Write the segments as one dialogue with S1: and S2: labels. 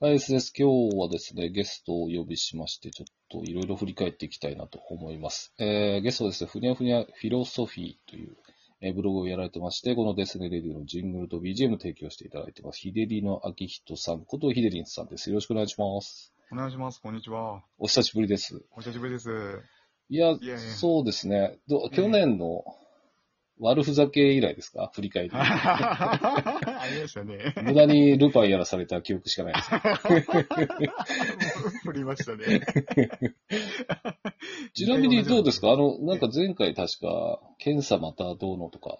S1: はい、ですです。今日はですね、ゲストをお呼びしまして、ちょっといろいろ振り返っていきたいなと思います。えー、ゲストはですね、ふにゃふにゃフィロソフィーという、えーブログをやられてまして、このデスネレディのジングルと BGM 提供していただいてます。ひでりのあきひとさんことひでりんさんです。よろしくお願いします。
S2: お願いします。こんにちは。
S1: お久しぶりです。
S2: お久しぶりです。
S1: いや、いやいやそうですね。ど去年の、悪ふざけ以来ですか振り 返り。
S2: ありまし たね。
S1: 無駄にルパンやらされた記憶しかないです。
S2: 振りましたね。
S1: ちなみにどうですかあの、なんか前回確か、検査またどうのとか、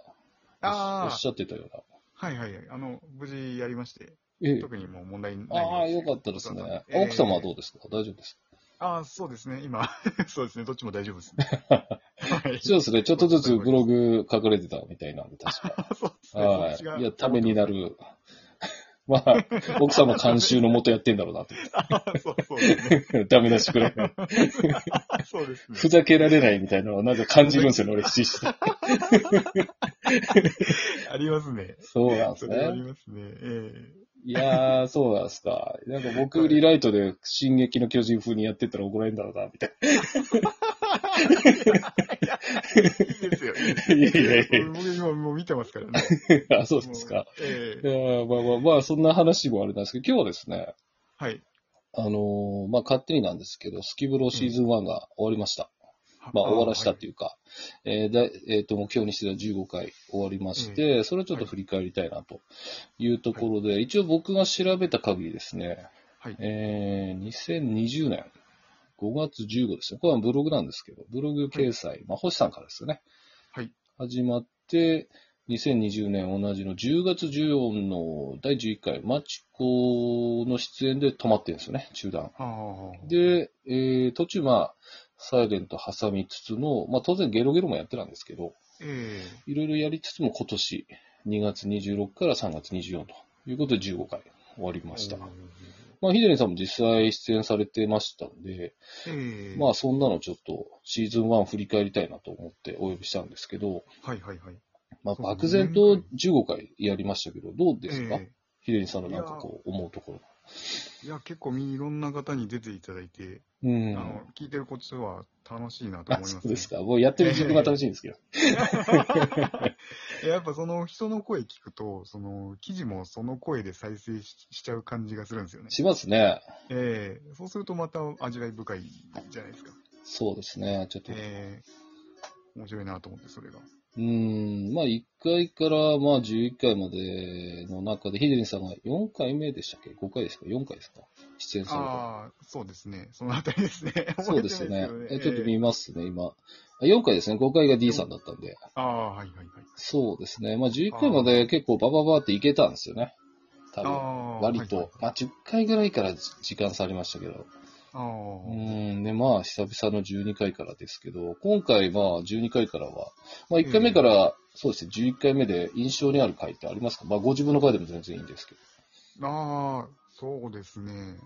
S1: おっしゃってたような。
S2: はいはい。あの、無事やりまして、
S1: ええ、
S2: 特にもう問題ない
S1: ああ、よかったですね。えー、奥様はどうですか大丈夫ですか
S2: ああ、そうですね。今、 そうですね。どっちも大丈夫ですね。
S1: はい、そうですね。ちょっとずつブログ書かれてたみたいなんで、確。
S2: か。 そうですね。はい
S1: いや、ためになる。 まあ、奥様監修のもとやってんだろうなって。
S2: そうそうですね。
S1: ダメ出しくらい。
S2: そうですね。
S1: ふざけられないみたいなのをなんか感じるんですよね、俺、ひしひし。
S2: ありますね。
S1: そうなんですね。
S2: ありますね。ええ
S1: いやー、そうなんですか。なんか僕、リライトで、進撃の巨人風にやってったら怒られるんだろうな、みたい
S2: な。 いいですよ。いいですよ。いやいやいや。僕今もう見てますからね。
S1: あ、そうですか。ええー、まあまあまあ、そんな話もあれなんですけど、今日はですね。
S2: はい。
S1: あのー、まあ勝手になんですけど、スキブロシーズン1が終わりました。うん、まあ終わらしたっていうか、はい、えーだえーと、と目標にしてた15回終わりまして、うん、それをちょっと振り返りたいなというところで、はい、一応僕が調べた限りですね、
S2: はい
S1: えー、2020年5月15ですね、これはブログなんですけど、ブログ掲載、はい、まあ、星さんからですよね、
S2: はい、
S1: 始まって、2020年同じの10月14の第11回、マチコの出演で止まってるんですよね、中断。で、えー、途中、まあ、サイレント挟みつつの、まあ、当然ゲロゲロもやってたんですけど、
S2: え
S1: ー、いろいろやりつつも今年2月26から3月24ということで15回終わりました。えー、まあ、ヒデリンさんも実際出演されてましたんで、
S2: えー、
S1: まあそんなのちょっとシーズン1振り返りたいなと思ってお呼びしたんですけど、
S2: はいはいはい。
S1: まあ漠然と15回やりましたけど、どうですか、えー、ヒデリンさんのなんかこう思うところ。
S2: いや、結構いろんな方に出ていただいて、
S1: うん、
S2: あの聞いてるこっちは楽しいなと思います、ね、
S1: そうですか。もうやってる自分が楽しいんですけど。
S2: やっぱその人の声聞くと、その記事もその声で再生しちゃう感じがするんですよね。
S1: しますね。
S2: ええー、そうするとまた味わい深いじゃないですか。
S1: そうですね、ちょっと。
S2: ええー、面白いなと思って、それが。
S1: うん、まあ1回からまあ11回までの中で、ヒデリンさんが4回目でしたっけ ?5 回ですか ?4 回ですか出演された。
S2: ああ、そうですね。そのあたりですね。
S1: そうですね。え、ね、ちょっと見ますね、今。4回ですね。5回が D さんだったんで。
S2: ああ、はいはいはい。
S1: そうですね。まあ11回まで結構バババっていけたんですよね。多分、割と。
S2: はいはい、
S1: まあ10回ぐらいから時間差ありましたけど。うんで、まあ、久々の12回からですけど、今回、まあ、12回からは、まあ、1回目から、そうですね、11回目で印象にある回ってありますかまあ、ご自分の回でも全然いいんですけ
S2: ど。ああ、そうですね。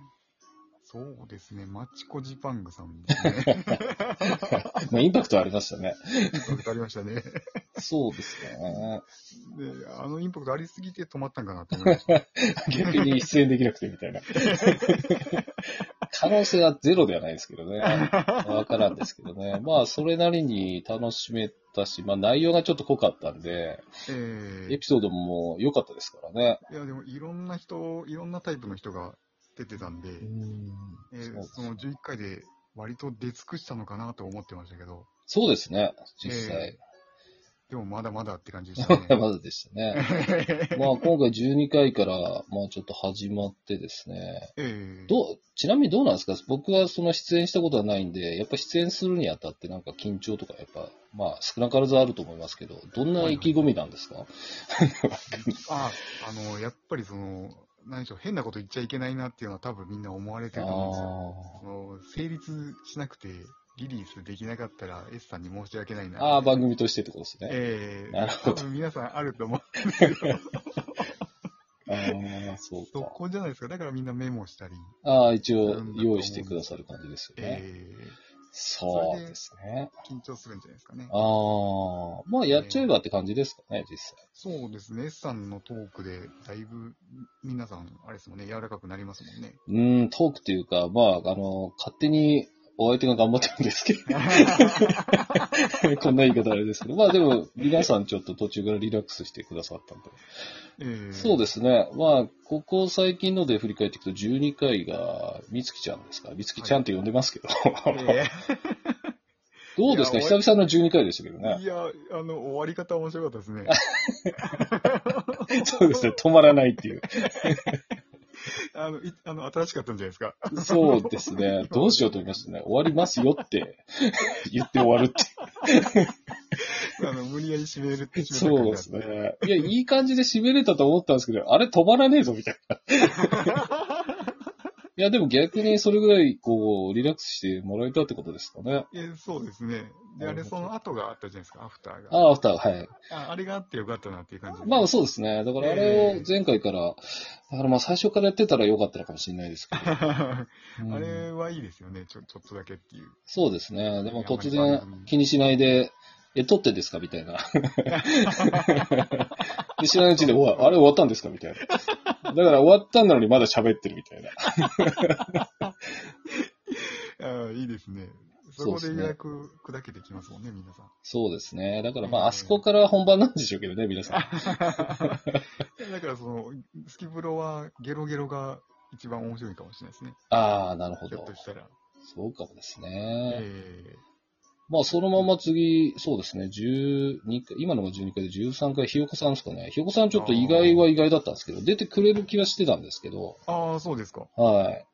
S2: そうですね、マチコジパングさんですね。
S1: まあ、インパクトありましたね。
S2: インパクトありましたね。
S1: そうですね。
S2: で、あのインパクトありすぎて止まったんかなと思いました。
S1: 逆に出演できなくてみ たいな。可能性はゼロではないですけどね。わからんですけどね。まあ、それなりに楽しめたし、まあ、内容がちょっと濃かったんで、
S2: えー、
S1: エピソードも良かったですからね。
S2: いや、でも、いろんな人、いろんなタイプの人が出てたんで、
S1: ん
S2: えー、その11回で割と出尽くしたのかなと思ってましたけど。
S1: そうですね、実際。えー
S2: でもまだまだって感じでしたね。
S1: まだでしたね。まあ今回12回から、まあちょっと始まってですね。
S2: えー、
S1: どうちなみにどうなんですか僕はその出演したことはないんで、やっぱ出演するにあたってなんか緊張とかやっぱ、まあ少なからずあると思いますけど、どんな意気込みなんですか、はい
S2: はい、あ、あの、やっぱりその、何でしょう、変なこと言っちゃいけないなっていうのは多分みんな思われてると思うんですよ。成立しなくてリリースできなかったら S さんに申し訳ないな。
S1: ああ、番組としてってことですね。
S2: ええー、
S1: なるほ
S2: ど。皆さんある と思うんですけど。
S1: ああ、そう
S2: そこじゃないですか。だからみんなメモしたり。
S1: ああ、一応用意してくださる感じですよね。
S2: えー、
S1: そうですね。
S2: 緊張するんじゃないですかね。
S1: ああ、まあやっちゃえばって感じですかね、実際。
S2: そうですね、S さんのトークで、だいぶ皆さん、あれですもんね、柔らかくなりますもんね。
S1: うーん、トークというか、まあ、あの、勝手にお相手が頑張ってるんですけ ど、こんな言い方あれですけど、まあでも、皆さんちょっと途中からリラックスしてくださったんで。
S2: えー
S1: そうですね。まあ、ここ最近ので振り返っていくと、12回が、みつきちゃんですか。みつきちゃんって呼んでますけど。
S2: え
S1: どうですか
S2: いや
S1: 久々の12回でしたけど
S2: ー
S1: ね。
S2: いや、あの、終わり方面白かったです ね。
S1: そうですね。止まらないっていう。
S2: あの、いあの新しかったんじゃないですか。
S1: そうですね。どうしようと思いましたね。終わりますよって 言って終わるっていう。
S2: あの、無理やり締めるって締
S1: そう
S2: め
S1: で
S2: た
S1: す
S2: 感じだっ
S1: ね。いや、いい感じで締めれたと思ったんですけど、あれ止まらねえぞみたいな。 いや、でも逆にそれぐらい、こう、リラックスしてもらえたってことですかね。
S2: た。えーそうですね。で、あれ、その後があったじゃないですか、アフターが。
S1: ああ、アフター、はい。
S2: ああれがあってよかったなっていう感じで。
S1: まあそうですね。だからあれを前回から、だからまあ最初からやってたらよかったのかもしれないですけ
S2: あ
S1: ど。うん
S2: れはいいですよね、ちょちょっとだけっていう。
S1: そうですね。でも突
S2: いやまあ
S1: 然気にしないで、え、撮ってですかみたいな。 で、知らないうちで、おいあれ終わったんですかみたいな。だから終わったんなのにまだ喋ってるみたいな。
S2: ああ、いいですね。そ
S1: そう
S2: こ
S1: です
S2: で
S1: ね
S2: 予約砕けてきますもんね、皆さん。
S1: そうですね。だからまああそこから本番なんでしょうけどね、皆さん。
S2: だから、その、スキブロはゲロゲロが一番面白いかもしれないですね。
S1: ああ、なるほ
S2: ひょ
S1: ど
S2: っと。したら。
S1: そうかもです
S2: え
S1: ね。
S2: え
S1: まあそのまま次、そうですね、12回、今のが12回で13回、ひよこさんですかね。ひよこさんちょっと意外は意外だったんですけど、出てくれる気はしてたんですけど、
S2: ああ、そうですか。
S1: はい。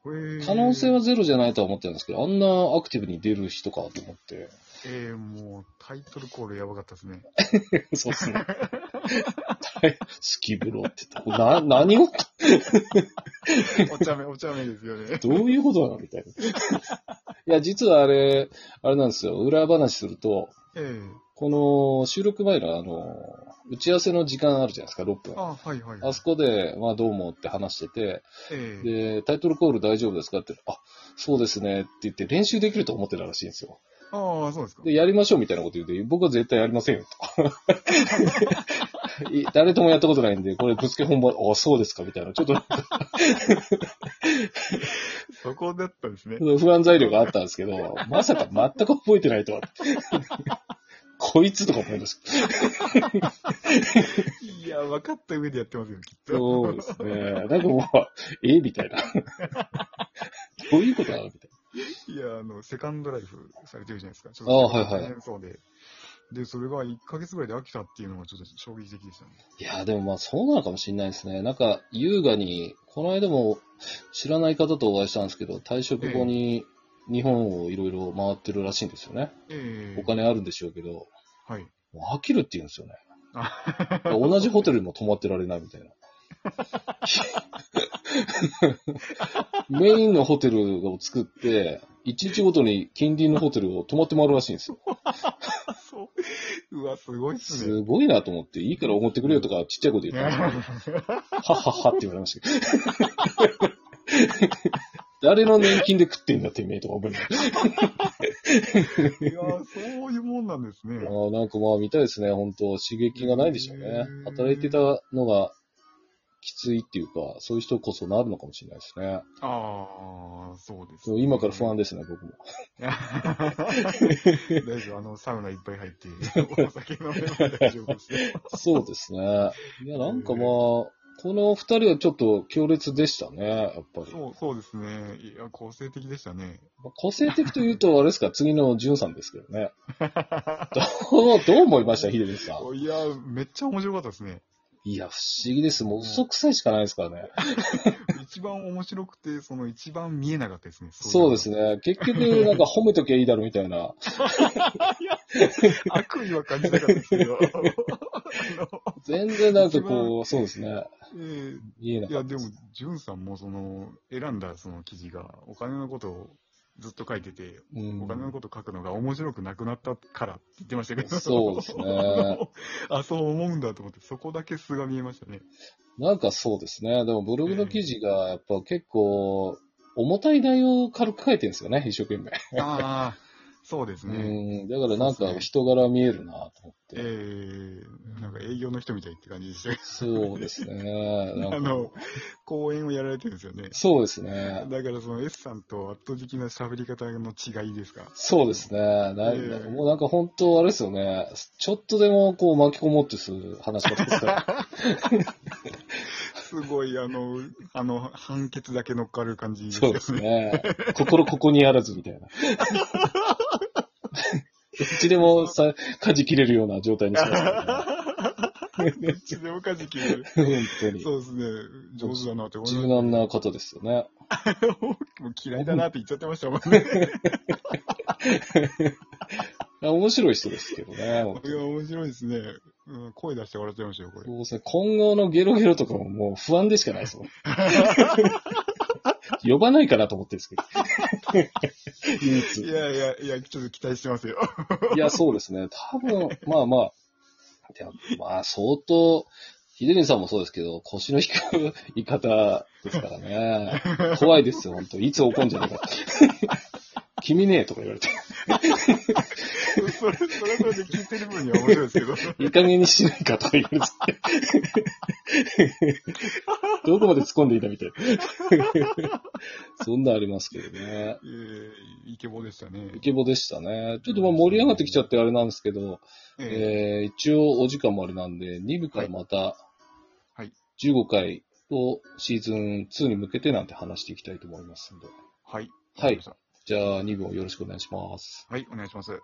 S1: 可
S2: 可
S1: 能性はゼロじゃないとは思ってるんですけど、あんなアクティブに出る人かと思って。
S2: ええもうタイトルコールやばかったですね。
S1: そうっすね。 スキブロって言った。な、何を
S2: お茶目、お茶目ですよね。
S1: どういうことなのみたいな。いや、実はあれ、あれなんですよ。裏話すると、
S2: ええ
S1: この収録前のあの、打ち合わせの時間あるじゃないですか、6分。
S2: ああ、はいはい。
S1: あそこで、まあどうもって話してて、
S2: ええ
S1: で、タイトルコール大丈夫ですかって、あ、そうですねって言って練習できると思ってたらしいんですよ。
S2: ああ、そうですか。
S1: で、やりましょうみたいなこと言って、僕は絶対やりま せんよと。い誰ともやったことないんで、これぶっつけ本番、あ、そうですかみたいな、ちょっと
S2: そこだったんですね。
S1: 不安材料があったんですけど、まさか全く覚えてないとは。 こいつとか思いました。
S2: いや、分かった上でやってますよ、きっと。
S1: そうですね。なんかもう、えみたいな。どういうことなのみたい
S2: いや、あの、セカンドライフされてるじゃないですか。ちょっ
S1: ああはい
S2: と
S1: はい
S2: 大変そうで。で、それが1ヶ月ぐらいで飽きたっていうのがちょっと衝撃的でしたね。
S1: な。いや、でもまあそうなのかもしれないですね。なんか、優雅に、この間も知らない方とお会いしたんですけど、退職後に日本をいろいろ回ってるらしいんですよね。
S2: ええ
S1: お金あるんでしょうけど、
S2: はい。
S1: もう飽きるって言うんですよね。同じホテルにも泊まってられないみたいな。メインのホテルを作って、1日ごとに近隣のホテルを泊まって回るらしいんですよ。
S2: そう。うわ、すごいっす ね。
S1: すごいなと思って、いいから思ってくれよとかちっちゃいこと言ったら、はっはっはって言われましたけど。 誰の年金で食ってんだてめえとか思いながら。
S2: いや、そういうもんなんですね。
S1: あーなんかまあ見たいですね、本当刺激がないでしょうね。働いてたのがきついっていうか、そういう人こそなるのかもしれないですね。
S2: ああ、そうです、
S1: そう今から不 安ですね、僕 も。
S2: 大丈夫、あの、サウナいっぱい入って、お酒飲めば大丈夫ですよ。
S1: そうですね。いや、なんかまあ、この二人はちょっと強烈でしたね、やっぱり。
S2: そう、そうですね。いや、構成的でしたね。
S1: 個性的というと、あれですか、次のジュンさんですけど ね。どう、どう思いました、ヒデさん。
S2: いや、めっちゃ面白かったです ね。
S1: いや、不思議です。もう嘘くさいしかないですからね。
S2: 一番面白くて、その一番見えなかったですね。
S1: そうです
S2: ね。
S1: ね。結 局、なんか褒めときゃいいだろ、みたいな。
S2: 悪意は感じなかったです けど。あ
S1: 全然なんかこう、そうですね。
S2: のえ
S1: 言えな
S2: ーい
S1: か
S2: や、
S1: った
S2: ですも、ジュンさんも、その、選んだその記事が、お金のことをずっと書いてて、
S1: うん
S2: お金のこと書くのが面白くなくなったからって言ってましたけど。
S1: そうですね。
S2: あ、そう思うんだと思って、そこだけ素が見えました ね。
S1: なんかそうですね。でもブログの記事がやっぱ結構重たい内容を軽く書いてるんですよね、一生懸命。
S2: ああ、そうです
S1: う
S2: ね。
S1: ん、だからなんか人柄見えるなと思っ
S2: え
S1: て。
S2: ー、なんか営業の人みたいって感じでしたけ
S1: そうですね。
S2: ど、
S1: な
S2: あ
S1: んか
S2: の、講演をやられてるんですよね。
S1: そうですね。
S2: だからその S さんと圧倒的な喋り方の違いですか。
S1: そうですね。な
S2: ええ
S1: もうなんか本当あれですよね。ちょっとでもこう巻き込もうとする話し方ですから。
S2: すごい、あの、あの、判決だけ乗っかる感じ
S1: そうですね。心ここにあらずみた いな。どっちでもさ、舵切れるような状態にしますから
S2: めっちゃでもかじき
S1: ね。
S2: る。
S1: 本当に。
S2: そうですね。上手だなって思い
S1: 柔
S2: ま
S1: 軟な方ですよね。
S2: した。もう嫌いだなって言っちゃってましたもん ね。
S1: いや面白い人ですけどね。本
S2: い
S1: 当
S2: や、
S1: に
S2: 面白いですね。うん、声出して笑っちゃいましたよ、これ
S1: そ。うですね。今後のゲロゲロとかももう不安でしかないです もん。呼ばないかなと思ってるんですけど。 唯一
S2: いやいやいや、ちょっと期待してますよ。
S1: い や、そうですね。多分、まあまあ、でもまあ、相当、秀デさんもそうですけど、腰の低い方ですからね。怖いですよ、本当いつ怒んじゃねえか。君ねえとか言われて。
S2: それ、それはそれで聞いてる分には面白いですけど。
S1: いい加減にしないかとか言われて。どこまで突っ込んでいたみたいな。そんなんありますけどね。
S2: えー、イケボでしたね。
S1: イケボでしたね。ちょっとまあ盛り上がってきちゃってあれなんですけど、
S2: え
S1: えー一応お時間もあれなんで、2部からまた
S2: はい
S1: 15回をシーズン2に向けてなんて話していきたいと思いますんで。
S2: ーはい。
S1: はい。じゃあ2部をよろしくお願いします。
S2: はい、お願いします。